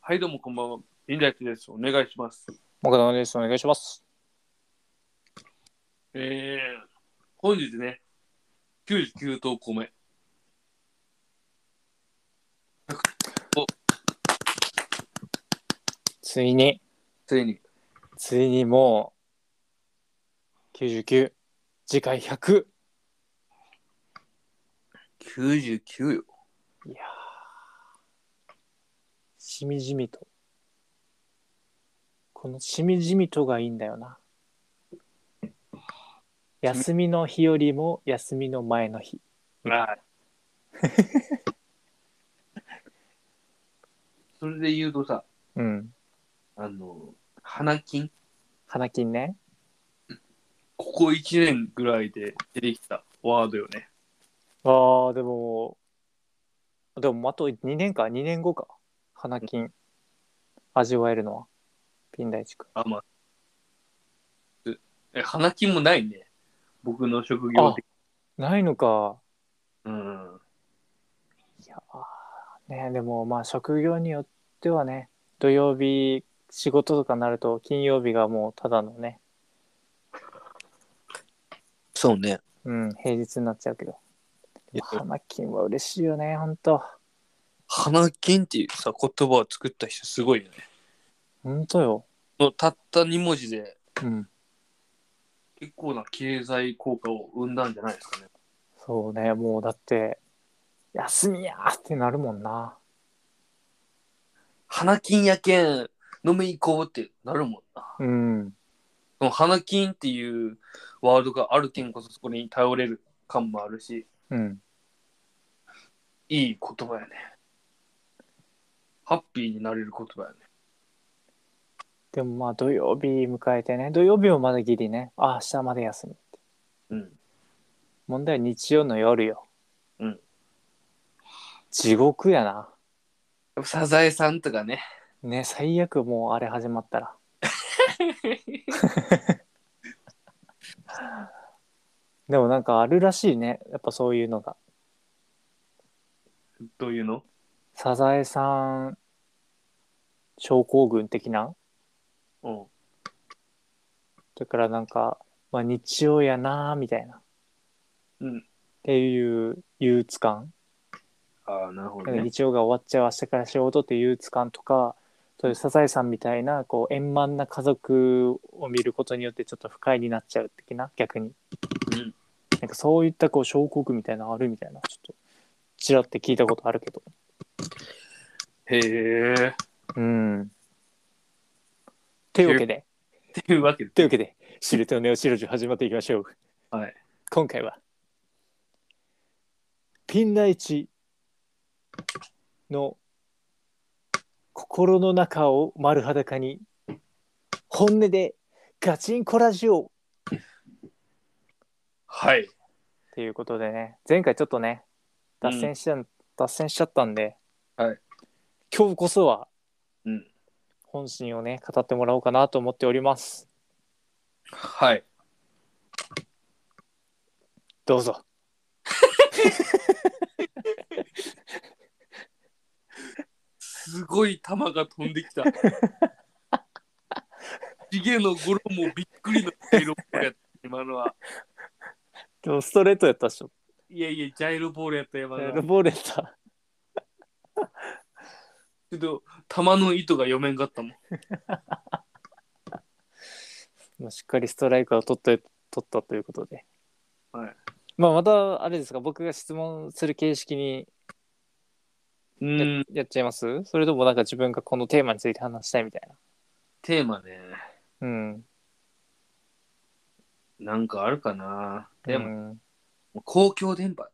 はい、どうもこんばんは。インダイトです。お願いします。岡田です。お願いします。えー、本日ね、99投稿目。ついに、ついに。ついにもう、99、次回100。 99よ。いやーしみじみと。このしみじみとがいいんだよな。休みの日よりも休みの前の日。はい。 それで言うとさ、うん。あの、花金、花金ね。ここ1年ぐらいで出てきたワードよね。あー、でも、でもあと2年か、2年後か。花金。味わえるのは。ピン大地君。あ、まあ。うえ、花金もないね。僕の職業的ないのか。うん。いやーねでもまあ職業によってはね土曜日仕事とかになると金曜日がもうただのね、そうね。うん、平日になっちゃうけどでも花金は嬉しいよねほんと花金っていうさ、言葉を作った人すごいよね。ほんとよ、もうたった2文字でうん、結構な経済効果を生んだんじゃないですかね。そうねもうだって休みやーってなるもんな花金やけん飲み行こうってなるもんな。うんその花金っていうワードがあるけんこそそこに頼れる感もあるし、うんいい言葉やね。ハッピーになれる言葉やね。でもまあ土曜日迎えてね土曜日もまだギリねあ明日まで休みうん。問題は日曜の夜ようん地獄やなやっぱサザエさんとかね。ね最悪もうあれ始まったらでもなんかあるらしいねやっぱそういうのがどういうのサザエさん症候群的なうん。だからなんか、まあ、日曜やなーみたいなっうん。ていう憂鬱感、ああ、なるほどなんかね。日曜が終わっちゃう明日から仕事っていう憂鬱感とかそういうサザエさんみたいなこう円満な家族を見ることによってちょっと不快になっちゃう的な逆にうん。なんかそういったこう症候群みたいなのあるみたいなちょっとちらって聞いたことあるけどへえ。っうん。というわけで、ていうわけで。というわけで、シルトネオシロジュ始まっていきましょう。はい。今回は、ピン大地の心の中を丸裸に、本音でガチンコラジオはい。ということでね、前回ちょっとね、脱線しちゃ,、脱線しちゃったんで、はい今日こそはうん。本心をね、語ってもらおうかなと思っております。はい。どうぞ。すごい球が飛んでき た。ヒゲのゴロもびっくりのジャイロボールやった、今のは。でもストレートやったっしょ。いやいや、ジャイロボールやった、今のは。ちボールやった。ょっと、球の意図が読めんかったもん。まあ、しっかりストライクを取った取ったということで。はい。まあ、また、あれですか、僕が質問する形式にうや,、ん、やっちゃいますそれともなんか自分がこのテーマについて話したいみたいテーマね。な。うん。なんかあるかな。でも、も、公共電波。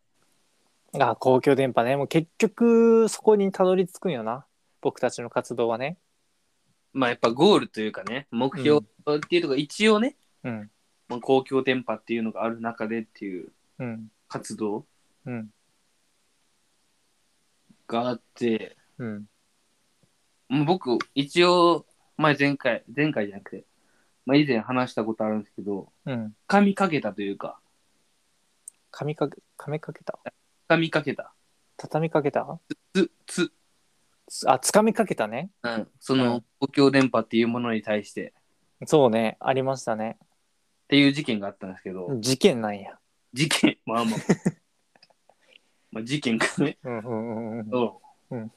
あ、公共電波ね。もう結局、そこにたどり着くんよな。僕たちの活動はね。まあ、やっぱゴールというかね、目標っていうとか、一応ね、うん。まあ、公共電波っていうのがある中でっていううん。活動うん。があって、うん。もう僕、一応、前前回、前回じゃなくて、まあ、以前話したことあるんですけど、うん。神かけたというか、髪かけ、髪かけた神かけた。畳みかけたつ、つ、あ、つかみかけたね。うん、そうのん公共電波っていうものに対してそうね、ありましたね。っていう事件があったんですけど、事件なんや。事件、 まあまあ、まあ事件かね。うんうんうんうん。そう。うん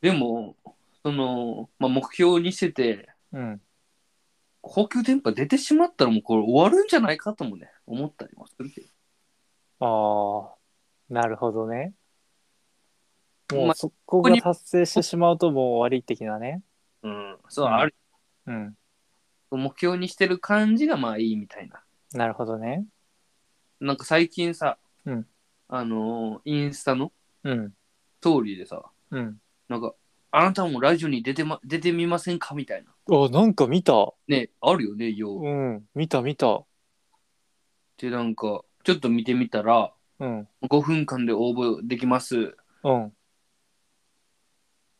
でも、その、まあ、目標にしてて、うん。高級電波出てしまったらもうこれ終わるんじゃないかともね、思ったりもするけど。ああ、なるほどね。もまうあそこが達成してしまうともう終わり的なね。うん、そう、うんあるうん。目標にしてる感じがまあいいみたいな。なるほどね。なんか最近さ、うんあのーインスタのうん。ストーリーでさ、うん。なんか、あなたもラジオに出て,、ま、出てみませんかみたいな。あ、なんか見た。ね、あるよね、よう。うん。見た見た。で、なんか、ちょっと見てみたら、うん。 5分間で応募できます。うん。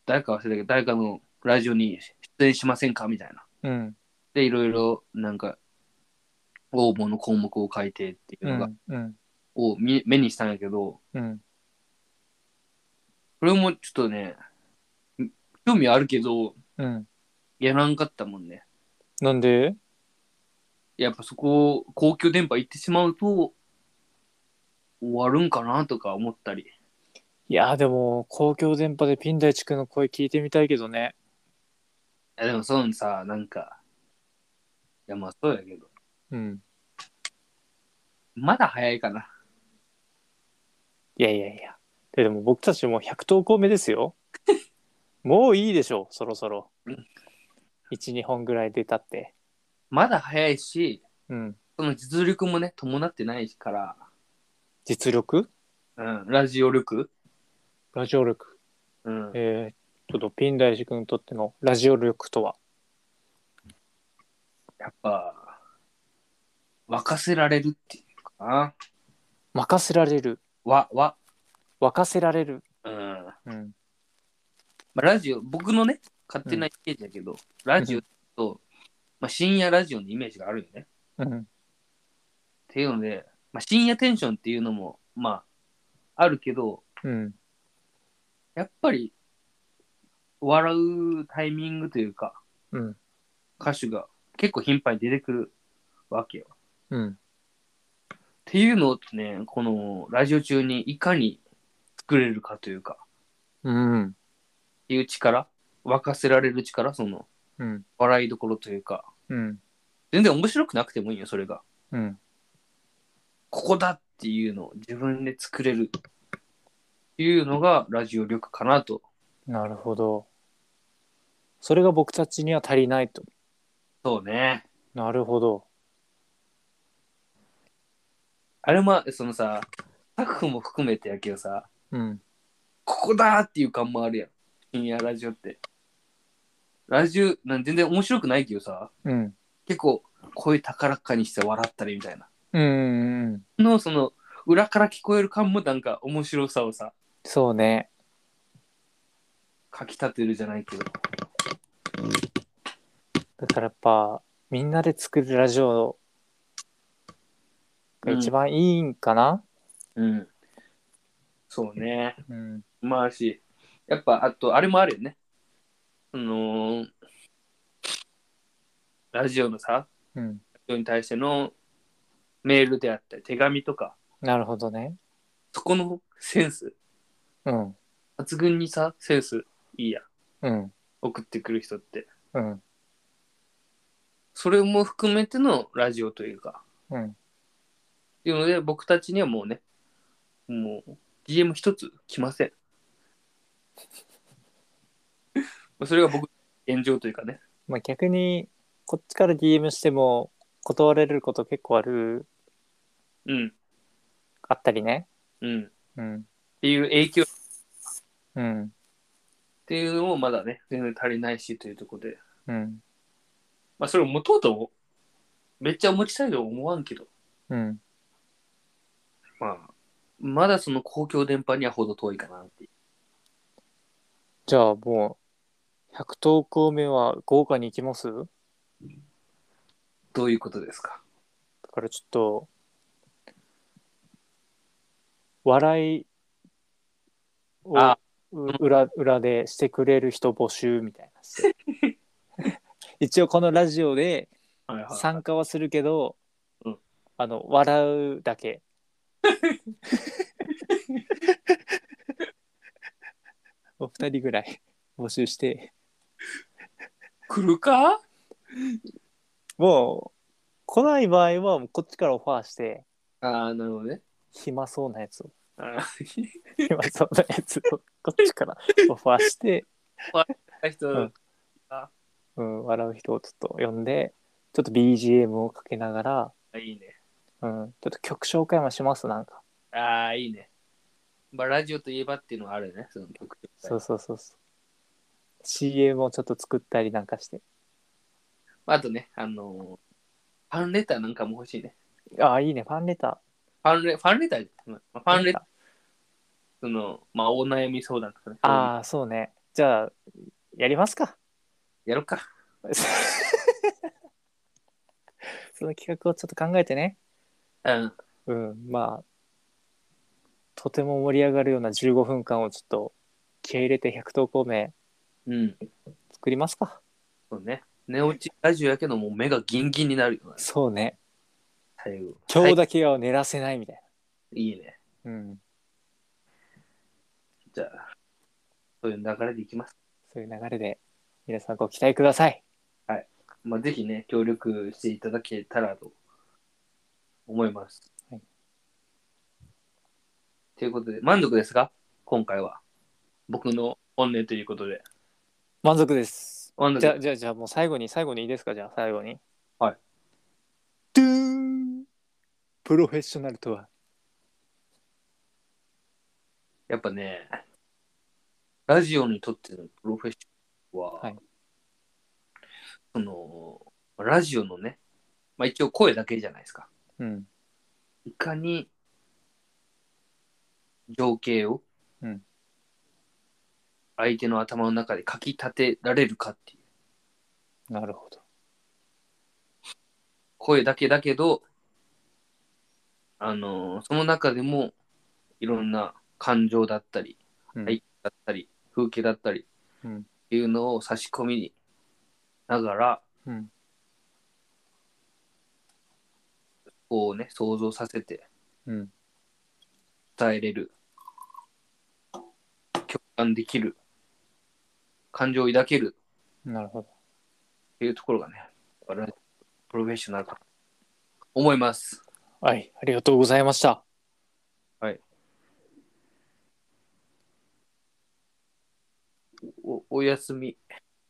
誰か忘れたけど、誰かのラジオに出演しませんかみたいな。うん。で、いろいろ、なんか、応募の項目を書いてっていうのうが、ん。うん。を見目にしたんやけど、うん。これもちょっとね、ん興味あるけど、うん。やらんかったもんね。なんでやっぱそこ、公共電波行ってしまうと、終わるんかなとか思ったり。いや、でも、公共電波でピン大地君の声聞いてみたいけどね。いやでもそういうのさ、なんか、いやまあそうやけど、うん。まだ早いかな。いやいやいや。ででも僕たちもう100投稿目ですよ。 もういいでしょう、そろそろうん。 1、2本ぐらい出たって。まだ早いし、うん。その実力もね、伴ってないから、実力うん、ラジオ力、ラジオ力。うん、えー、ちょっとピン大地君にとってのラジオ力とは。やっぱ、沸かせられるっていうかな。任せられる。わ、わ、任せられる。うん。まうん。あ、ラジオ、僕のね、勝手なイメージだけど、ラジオと、まあ、深夜ラジオのイメージがあるよね。うん。っていうので、まあ、深夜テンションっていうのも、まあ、あるけど、うん。やっぱり、笑うタイミングというか、うん。歌手が結構頻繁に出てくるわけよ。っうん。ていうのをね、このラジオ中にいかに作れるかというか、うん。っていう力、沸かせられる力、その、うん。笑いどころというか、うん。全然面白くなくてもいいよ、それが。うん。ここだっていうのを自分で作れるっていうのがラジオ力かなと。なるほど。それが僕たちには足りないと。そうね。なるほど。あれも、そのさ、タッフも含めてやけどさ、うん。ここだーっていう感もあるやん。深夜ラジオって。ラジオ、なん全然面白くないけどさ、うん。結構声高らかにして笑ったりみたいな。うんうん。うん。の、その、裏から聞こえる感もなんか面白さをさ、そうね。かき立てるじゃないけど。だからやっぱ、みんなで作るラジオが一番いいんかな。うん。そうね。うん。まあし、やっぱ、あと、あれもあるよね。その、ラジオのさ、うん。人に対してのメールであったり手紙とかなるほどね。そこのセンスうん。抜群にさセンスいいやんうん。送ってくる人ってうん。それも含めてのラジオというかうん。っていうので僕たちにはもうねもう DM 一つ来ません それが僕の現状というかねまあ逆に、こっちから DM しても断れること結構ある、うんあったりね。うんっうん。ていう影響っうん。ていうのもまだね全然足りないしというところでうん。まあそれを持とうともめっちゃ持ちたいとは思わんけどうん。まあ、まだその公共電波にはほど遠いかなっていう。じゃあもう、100投稿目は豪華に行きますだどういうことですかからちょっと、笑いをあう裏裏でしてくれる人募集みたいなして。 一応このラジオではいはい参加はするけど、うんあの笑うだ けお二人ぐらい募集して来るかもう来ない場合はもうこっちからオファーしてああ、なるほどね。暇そうなや つをあー暇そうなやつをこっちからオファーして、人、うんうん、笑う人をちょっと呼んでちょっと BGM をかけながら、あいいね。うん、ちょっと曲紹介もしますなんかああ、いいね。まあ、ラジオといえばっていうのはあるよね、その曲とかそうそうそうそう CM をちょっと作ったりなんかしてあとね、あのーファンレターなんかも欲しいね。ああ、いいね、ファンレタファンレファンレター、まあフー。ァンレター、ー。その、まあ、お悩み相談とかね。ああ、そうね。じゃあ、やりますか。 やろうか。その企画をちょっと考えてね。うん。うん、まあ、とても盛り上がるような15分間をちょっと気合い入れて100投稿目うん。作りますか。そうね。寝落ちラジオやけど、もう目がギンギンになるよね。そうね。最後。今日だ。だけは寝らせないみたいいいね。な。うん、じゃあ、そういう流れでいきます。そういう流れで、皆さんご期待ください。まあ、ぜひね、協力していただけたらと思います。はい。ということで、満足ですか今回は。僕の本音ということで。満足です。満足じゃあ、じゃあ、じゃあもう最後に、最後にいいですか、じゃあ、最後に。はい。ドゥーンプロフェッショナルとはやっぱね、ラジオにとってのプロフェッショナルは、はいその、ラジオのね、まあ一応声だけじゃないですか。うん。いかに情景をうん相手の頭の中でかき立てられるかっていう。なるほど。声だけだけど、あのその中でもいろんな感情だったり、うんはいだったり、風景だったり、うんっていうのを差し込みながら、うんこうね、想像させてうん。伝えれる、共感できる、感情を抱けるなるほど。っていうところがね、我々プロフェッショナルかと思います。はい、ありがとうございました。おおやすみ。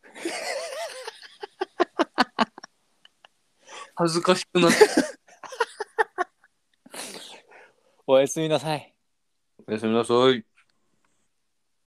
恥ずかしくなった。おやすみなさい。おやすみなさい。